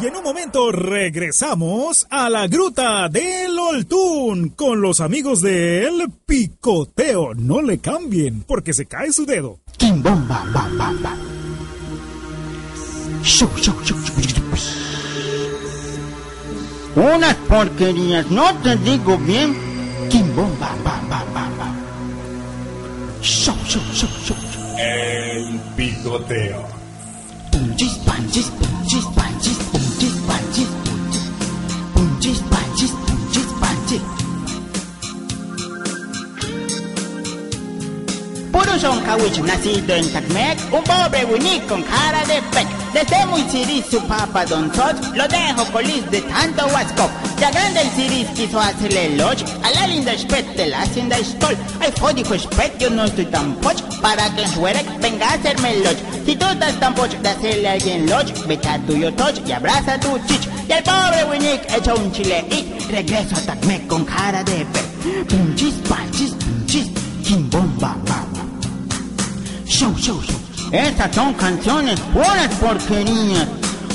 Y en un momento regresamos a la gruta del Oltún con los amigos del Picoteo. No le cambien, porque se cae su dedo.
bomba, bomba, bomba.
Shoo, shoo, shoo, shoo, shoo, shoo. Unas porquerías, no te digo bien. Kimbom, bam, bam, bam, bam, bam. Shoo, shoo, shoo, shoo, shoo.
El picoteo.
Punchis, panchis, punchis, panchis, punchis, panchis, punchis. Punchis, panchis, punchis, panchis.
Puros son caucho nacido en Tacmec, un pobre Winnie con cara de pec. Desde muy siris su papá Don Tot, lo dejo colis de tanto wascop. Ya grande el siris quiso hacerle lodge, a la linda spet de la hacienda stol. Ay, jodido spet, yo no estoy tan poch, para que juere venga a hacerme lodge. Si tú estás tan poch de hacerle a alguien lodge, vete a tuyo toch y abraza a tu chich. Y el pobre Winnie echa un chile y regreso a Tacmec con cara de pec. Punchis, panchis, punchis, quimbomba, bamba. Show, show, show. Estas son canciones puras porquerías.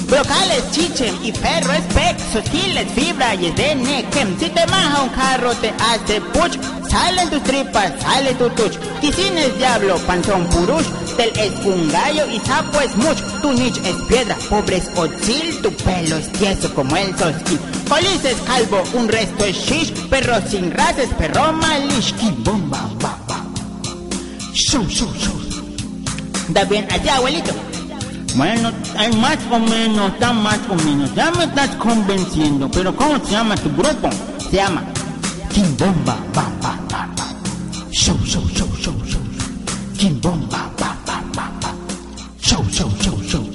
Brocales, chichen y perro es pec, sutiles, fibra y es de nequem. Si te maja un carro te hace puch, salen tus tripas, sale tu tuch. Quisin es diablo, panzón purush, tel es un gallo y sapo es much. Tu niche es piedra, pobre es otzil, tu pelo es tieso como el sosquil. Colis es calvo, un resto es shish, perro sin rases, perro malish. Bomba, ba, ba. Show, show, show. Da bien allá, abuelito.
Bueno, hay más o menos, está más o menos. Ya me estás convenciendo, pero ¿cómo se llama tu grupo? Se llama Kimbomba, ba, ba, ba, ba. Show, show, show, show, show. Kimbomba, ba, ba, ba, ba. Show, show, show, show.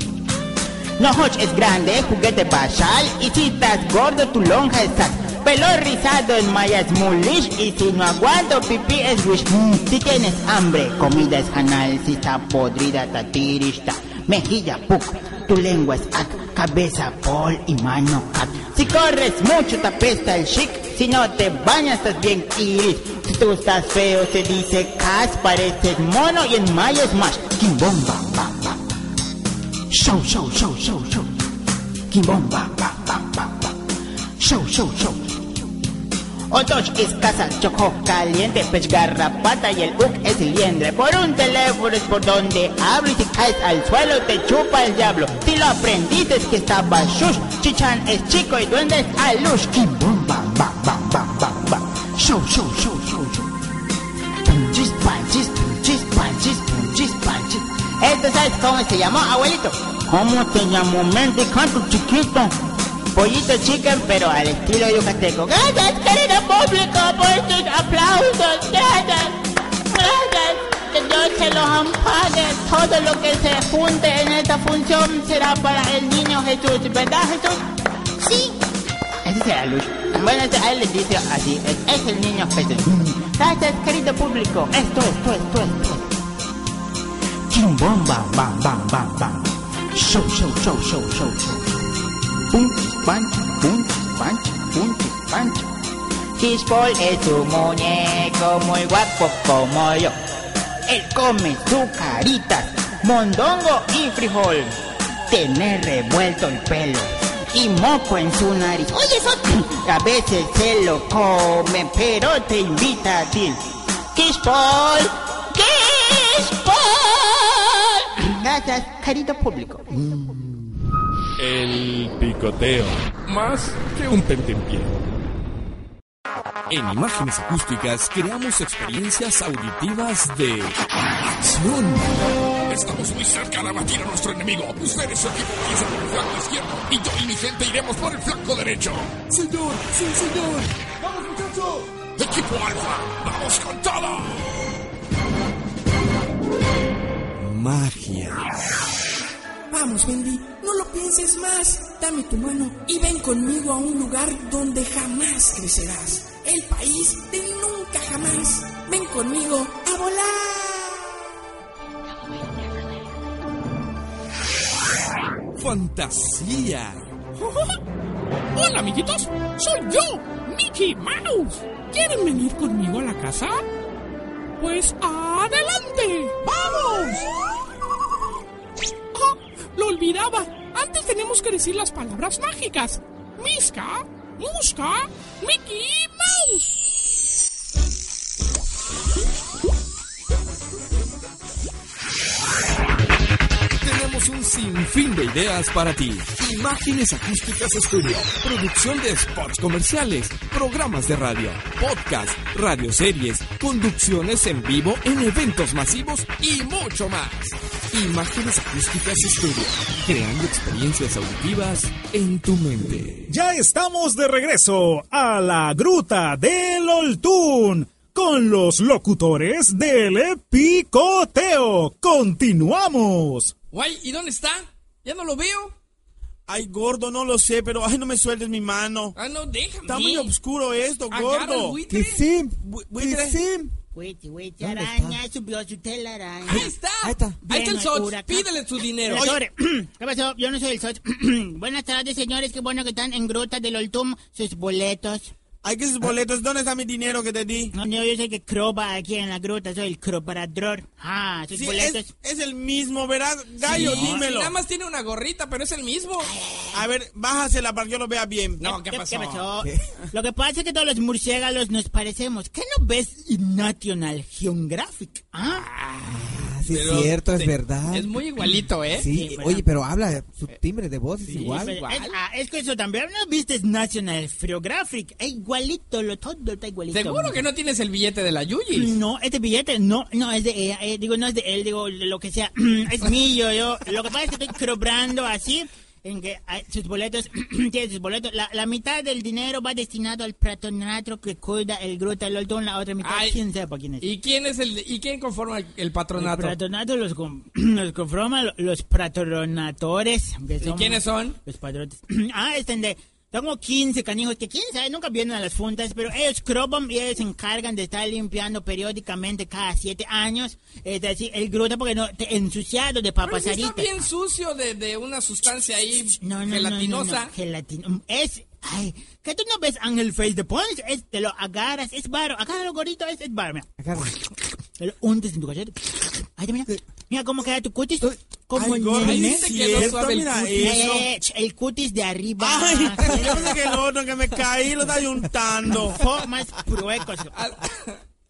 No Hodge es grande, juguete basal y si estás gordo tu lonja estás. Pelo rizado en maya es mulish y si no aguanto pipí es wish. Mm, Si tienes hambre, comida es anal, si está podrida tatirista, mejilla puc, tu lengua es ac, cabeza pol y mano cat. Si corres mucho te apesta el chic, si no te bañas estás bien iris. Si tú estás feo se dice cas, pareces mono y en maya es más. Kimbomba, ba, ba.
Show, show, show, show, show. Kimbomba, ba, ba, ba, ba. Show, show, show.
Otoch es casa, choco caliente, pech garrapata y el uc es liendre. Por un teléfono es por donde hablo y si caes al suelo te chupa el diablo. Si lo aprendiste es que estaba shush, chichan es chico y duende es alush.
Kimbomba, ba, ba, ba, ba, ba. Show, show, show, show, show. Punchis, panchis, punchis, panchis, punchis, panchis.
¿Esto sabes cómo se llamó, abuelito? ¿Cómo se llamó? Mente canto chiquito. Pollito chicken, pero al estilo yucateco.
Gracias, querido público, por sus aplausos. Gracias, gracias. Que Dios se los ampare. Todo lo que se junte en esta función será para el niño Jesús. ¿Verdad, Jesús?
Sí. Ese será Lush. Bueno, ese- a él le dice así, es, es el niño Jesús. Gracias, querido público. Esto, esto, esto, esto.
Kimbomba, bam, bam, bam, bam. Show, show, show, show, show, show. Punchis, panchis, punchis, panchis, punchis, panchis.
Fishball es un muñeco muy guapo como yo. Él come su carita, mondongo y frijol. Tener revuelto el pelo y moco en su nariz. Oye, eso a veces se lo come, pero te invita a ti. Fishball, Fishball. Gracias, querido público.
El picoteo. Más que un tentempié.
En imágenes acústicas creamos experiencias auditivas de acción.
Estamos muy cerca de abatir a nuestro enemigo. Ustedes su equipo empieza por el flanco izquierdo y yo y mi gente iremos por el flanco derecho.
Señor, sí, señor.
¡Vamos, muchacho! Equipo Alfa, vamos con todo.
Magia.
Vamos, Bendy, no lo pienses más. Dame tu mano y ven conmigo a un lugar donde jamás crecerás. El país del nunca jamás. Ven conmigo a volar.
Fantasía.
Hola, amiguitos. Soy yo, Mickey Mouse. ¿Quieren venir conmigo a la casa? Pues adelante. ¡Vamos! Ah, lo olvidaba. Antes tenemos que decir las palabras mágicas. Misca, Musca, Mickey Mouse.
Tenemos un sinfín de ideas para ti. Imágenes Acústicas Estudio, producción de spots comerciales, programas de radio, podcast, radioseries, conducciones en vivo en eventos masivos y mucho más. Imágenes Acústicas Estudio, creando experiencias auditivas en tu mente.
Ya estamos de regreso a la gruta del Oltún con los locutores del Picoteo. Continuamos.
Guay, ¿y dónde está? Ya no lo veo.
Ay, gordo, no lo sé, pero ay, no me sueltes mi mano.
Ah, no, déjame.
Está muy obscuro esto,
Agarra el
gordo.
buitre.
sí?
Bu- buitre.
Huete, huete,
¿Dónde
araña, subió su telaraña.
Ahí está.
Ahí está.
Ahí está
Bien,
el Sots.
huracán.
Pídele su dinero.
Pero, sobre. ¿Qué pasó? Yo no soy el SOT. Buenas tardes, señores. Qué bueno que están en Gruta del Oltum. Sus boletos.
Hay que sus
Ah.
boletos. ¿Dónde está mi dinero que te di?
No, yo, yo sé que cropa aquí en la gruta. Soy el croparador. Ah, sus
Sí,
boletos.
es, es el mismo, ¿verdad? Gallo,
Sí,
dímelo.
Nada más tiene una gorrita, pero es el mismo.
A ver, bájasela para que yo lo vea bien.
No, ¿qué pasó?
Lo que pasa es que todos los murciélagos nos parecemos. ¿Qué no ves en National Geographic? Ah,
Ah, sí, es
Pero
cierto,
te-
es verdad.
Es muy igualito, ¿eh?
Sí,
Sí,
oye, pero habla, su timbre de voz es igual.
pero es, ah, es que eso también no viste National Geographic. Es igualito, lo todo está igualito.
Seguro que no tienes el billete de la Yuyi.
No, este billete no, no es de ella, eh, digo, no es de él, digo, lo que sea, es mío, yo, lo que pasa es que estoy cobrando así, en que ah, sus boletos, tiene sus boletos, la, la mitad del dinero va destinado al patronato que cuida el Gruta del Oltón, la otra mitad,
Ay.
quién sabe quién es.
¿Y quién es el y quién conforma el, el
El
patronato?
patronato los, con- los conforma lo- los patronatores. que
¿Y quiénes son?
Los patrones. ah, están de... Tengo 15 canijos que quién sabe, nunca vienen a las juntas, pero ellos cropan y ellos se encargan de estar limpiando periódicamente cada 7 años. Es decir, el gruta porque no te ensuciado de
Pero sí
papasarita.
está bien sucio de, de una sustancia ahí
No, no, no,
gelatinosa.
no, no, gelatin- Es... Ay, que tú no ves Ángel Face de Pons, es, te lo agarras, es baro, agárralo gorito, es, es baro, mira.
Agarra.
Te lo hundes en tu cachete. Ay, mira, mira cómo queda tu cutis. Como
Ay,
el
gordo,
Ahí
¿sí
nene.
se
es
quedó
cierto?
suave el
Mira
cutis.
eso.
Eh, ch, el cutis de arriba.
Ay,
El
yo pensé que el otro que me caí lo está ayuntando.
ojo más pruecos.
Al-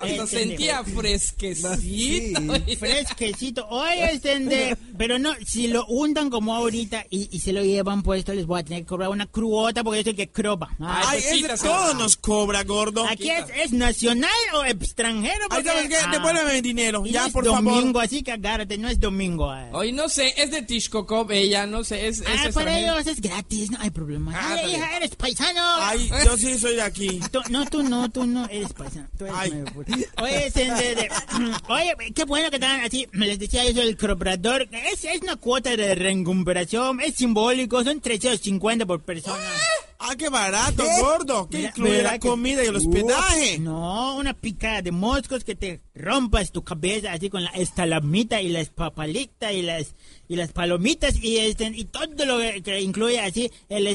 Hasta
Entendemos.
sentía fresquecito.
Fresquecito. Oye, estende. Pero no, si lo untan como ahorita y, y se lo llevan puesto, les voy a tener que cobrar una cruota porque yo soy el que croba. Ah,
Ay,
pues
ese
quítaselo.
todo nos cobra, gordo.
Aquí es, es nacional o extranjero.
Ay,
porque-
¿sabes qué?
Ah,
Devuélveme mi dinero,
y
ya,
no es
por
domingo,
favor. Oh,
así que agárrate, no es domingo. eh.
Hoy no sé, es de Tishkokov ella, no sé, es, es
Ah, para
extranjera.
ellos es gratis, no hay problema.
Ah,
Dale,
está bien.
hija, eres paisano.
Ay, yo sí soy de aquí.
Tú- no, tú no, tú no eres paisano. Tú eres
Ay.
medio puto. Oye, este, de- de- oye, qué bueno que estaban así. Me les decía yo soy el cooperador. Es, es una cuota de recuperación. Es simbólico. Son 350 por persona.
Ah, qué barato,
¿Eh?
¿Qué?
gordo. ¿Qué
Mira,
incluye
¿verdad
la
que-
comida y el hospedaje?
No, una picada de moscos que te rompas tu cabeza así con la estalamita y las papalitas y las y las palomitas y este y todo lo que, que incluye así el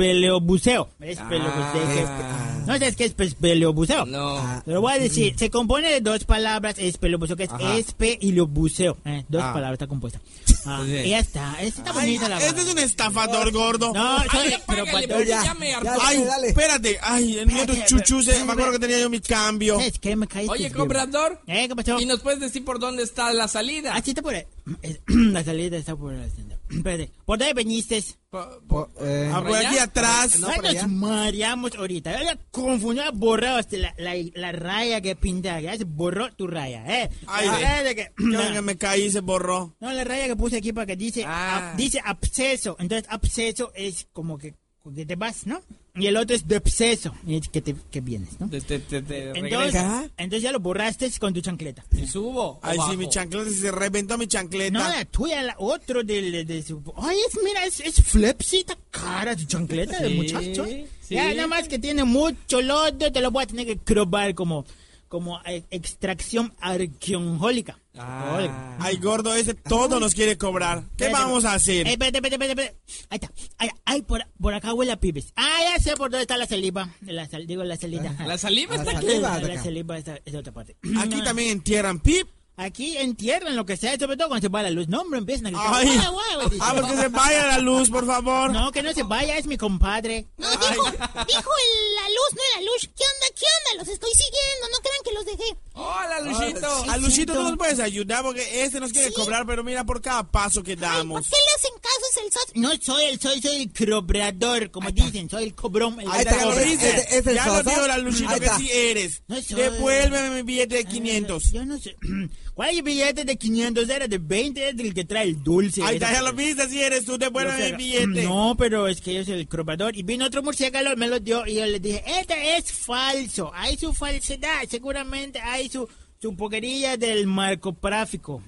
espeleobuceo. Espeleobuceo. que- No sabes qué es espeleobuceo.
No.
Ah,
Ah.
Te lo voy a decir, se compone de dos palabras, espelobuceo, que es espe y lo buceo. Eh, dos palabras está compuesta. Ah, y ya está, esta está
Ay,
bonita la
este es un estafador, gordo.
No,
Ay,
soy-
ya
pero
págale,
pa-
porque
ya,
ya me
ya.
hartó.
Ay,
Dale, dale.
espérate. Ay, el mío de
Espérate,
chuchus. eh,
espérate. Este,
Me acuerdo que tenía yo mi cambio.
¿Sabes qué? Me caíste
Oye,
bien.
comprador,
Eh, ¿qué pasó?
¿y nos puedes decir por dónde está la salida?
Ah, sí, está por ahí. Es- La salida está por la tienda. Espérate. ¿Por dónde veniste?
Po- po-
Po- eh,
Ah, por
allá?
aquí atrás.
No, nos mareamos ahorita. Ya confundí, ya borrado hasta la, la, la raya que pinté. Ya se borró tu raya, ¿eh?
Ay,
La
sí.
raya de que-
Yo que me caí se borró.
No, la raya que puse aquí para que dice,
Ah.
ab- dice absceso. Entonces, absceso es como que que te vas, ¿no? Y el otro es de obseso, y es que, te, que vienes, ¿no?
Te, te- te- te
Entonces,
regresa.
entonces ya lo borraste con tu chancleta.
¿Y subo?
Ay,
o
sí,
bajo?
mi chancleta se reventó mi chancleta.
No, la tuya, la otro de, de su... Ay, es, mira, es, es flexita cara tu chancleta de
Sí,
muchacho.
sí.
Ya, nada más que tiene mucho lodo, te lo voy a tener que crobar como, como eh, extracción arqueonjólica. Alcohólica.
Ay, gordo, ese todo nos quiere cobrar. ¿Qué
Espérate,
vamos a hacer?
eh, espérate, espérate, espérate, espérate. Ahí está. Ay, ay, por, por acá huele a pibes. Ah, ya sé por dónde está la saliva. La sal- digo, la salida.
La saliva
Ah,
La
está aquí.
saliva, Ah, la saliva está es de otra parte.
Aquí también entierran pip.
Aquí entierran lo que sea, sobre todo cuando se va la luz. No, hombre, empiezan a gritar.
Ay.
"Guau, guau", dicen.
Ah, porque se vaya la luz, por favor.
No, que no se vaya, es mi compadre.
No, dijo, dijo el- la luz, no la luz. ¿Qué onda, qué onda? Los estoy siguiendo, no crean que los dejé.
Ah,
¡Hola, Luchito!
A Luchito tú nos puedes ayudar porque este nos quiere cobrar, pero mira por cada paso que
¿Por
damos.
qué le hacen caso a ese SOT?
No soy el, soy, soy el crobrador, como dicen, soy el cobrón. El
Ahí está,
cobrador.
lo dice.
Es- es el
ya lo
Sosa.
digo, la Luchito,
Ahí
que
está.
sí eres.
No soy.
Devuélveme mi billete de 500.
Yo no sé. ¿Cuál es el billete de 500? Era de 20, es el que trae el dulce.
Ahí está,
Era-
ya lo viste, si eres tú,
Yo
devuélveme
sé,
mi billete.
No, pero es que yo soy el crobador. Y vino otro murciélago, me lo dio y yo le dije, este es falso. Hay su falsedad. Seguramente hay su, su poquería del marco práfico.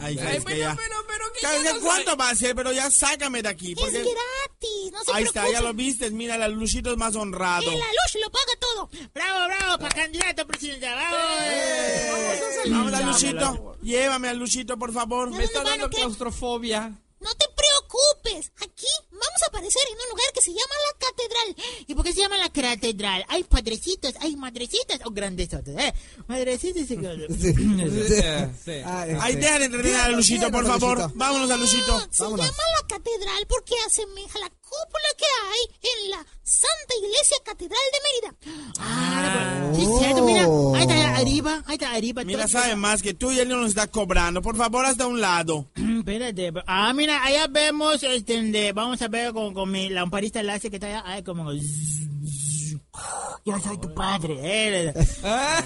Ay,
Ay,
es que
pero,
ya.
pero, pero, que
¿Sabes
ya
qué?
no
¿Cuánto va a ser? Pero ya sácame de aquí.
Es
porque-
gratis, no se
Ahí está,
preocupen.
ya lo viste. Mira, la Luchito es más honrado.
Que la luz lo paga todo.
Bravo, bravo, para candidato presidente.
¡Eh!
Bravo.
Vamos a Luchito. Llévame al Luchito, por favor.
Me está
Bueno,
dando
¿qué?
claustrofobia.
No te preocupes, aquí vamos a aparecer en un lugar que se llama la catedral.
¿Y por qué se llama la catedral? Hay padrecitos, hay madrecitas o grandesotes, ¿eh? Madrecitos y
Sí, sí.
Ah, este.
Ahí dejan entrenar a
Bien,
Luchito,
bien,
por
Luchito.
favor. Vámonos a Luchito.
Se
vámonos.
llama la catedral porque asemeja la cúpula que hay en la Santa Iglesia Catedral de Mérida.
Ah, sí, es cierto, mira. Ahí está arriba, ahí está arriba.
Mira,
todo.
sabe más que tú y él no nos está cobrando. Por favor, hasta un lado.
Espérate. Ah, mira, allá vemos, este, de- vamos a ver con, con mi lamparista láser que está allá. Ay, como... Yo soy tu padre. eh.
¿Ah?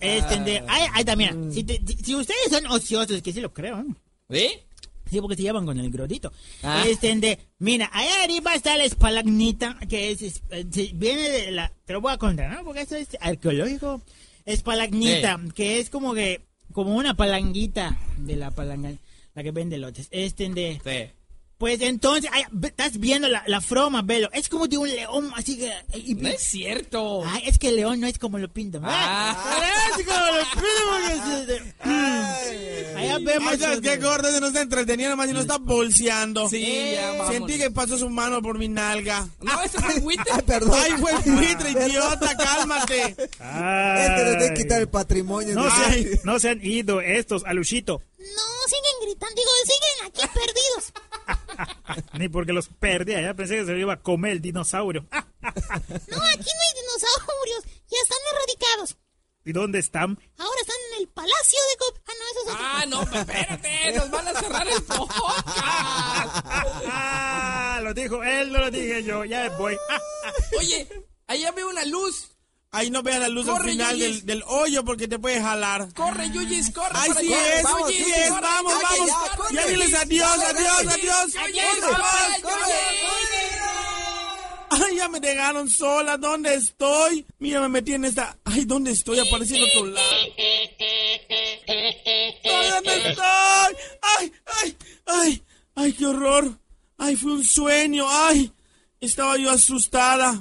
Este, de- ay, ahí está, mira. Si, te- si ustedes son ociosos, que sí lo creo, ¿eh?
¿Sí?
Sí, porque se llevan con el grodito.
Ah.
Este, de- mira, allá arriba está la espalagnita, que es, es- eh, sí, viene de la... Te lo voy a contar, ¿no? Porque esto es arqueológico. Espalagnita, que es como que... Como una palanguita de la palanga, la que vende lotes. Este, de...
Sí.
Pues entonces, ay, ve- estás viendo la, la froma, velo. Es como de un león, así que... y-
No es cierto.
Ay, es que el león no es como lo pintan. ¿verdad?
Ah.
Es como lo pintan. porque es, este, mm. Allá vemos...
Ay, ¿sabes qué, gordo? Se nos está entreteniendo más y nos está bolseando.
Sí, ya, vámonos.
Sentí que pasó su mano por mi nalga.
No, eso fue un
Ah,
Twitter.
perdón.
Ay, fue el buitre, idiota, cálmate.
Este nos debe
Ay.
quitar el patrimonio.
No se,
Ay.
han, no se han ido estos, Aluchito.
No, siguen gritando, digo, siguen aquí perdidos.
Ni porque los perdía, ya pensé que se lo iba a comer el dinosaurio. Ah,
No, aquí no hay dinosaurios, ya están erradicados.
¿Y dónde están?
Ahora están en el Palacio de Cop... Ah, no, eso es otro.
Ah, no, espérate, nos van a cerrar el podcast.
Ah, lo dijo él, no lo dije yo. Ya me voy. Ah,
Oye, allá veo una luz.
Ahí no veas la luz al
Corre,
final
Yuyis.
del, del hoyo porque te puedes jalar.
Corre, Yuyis, corre.
Ay,
para
sí
allá.
es, vamos, sí
Yuyis,
es,
corre,
vamos,
Yuyis,
vamos.
corre,
Ya diles
Yuyis,
adiós,
corre,
adiós,
Yuyis.
adiós.
Yuyis,
Corre,
corre,
corre,
Yuyis.
Ay, ya me dejaron sola. ¿Dónde estoy? Mira, me metí en esta. Ay, ¿dónde estoy? Aparecí en otro lado. ¿Dónde estoy? Ay, ay, ay, ay, qué horror. Ay, fue un sueño. Ay, estaba yo asustada.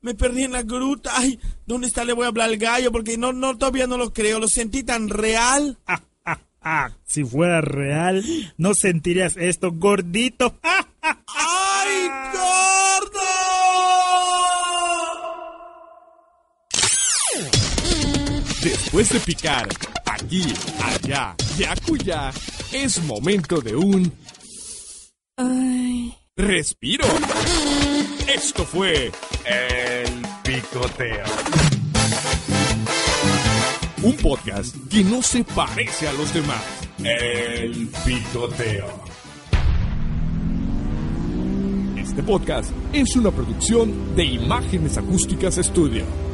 Me perdí en la gruta. Ay, ¿dónde está? Le voy a hablar al gallo porque no, no, todavía no lo creo. Lo sentí tan real.
ah, ah, ah. Si fuera real, no sentirías esto, gordito. Ah, ah.
¡Ay, gordo!
Después de picar aquí, allá y acuya, es momento de un
Ay.
respiro. Esto fue El Picoteo. Un podcast que no se parece a los demás. El Picoteo. Este podcast es una producción de Imágenes Acústicas Studio.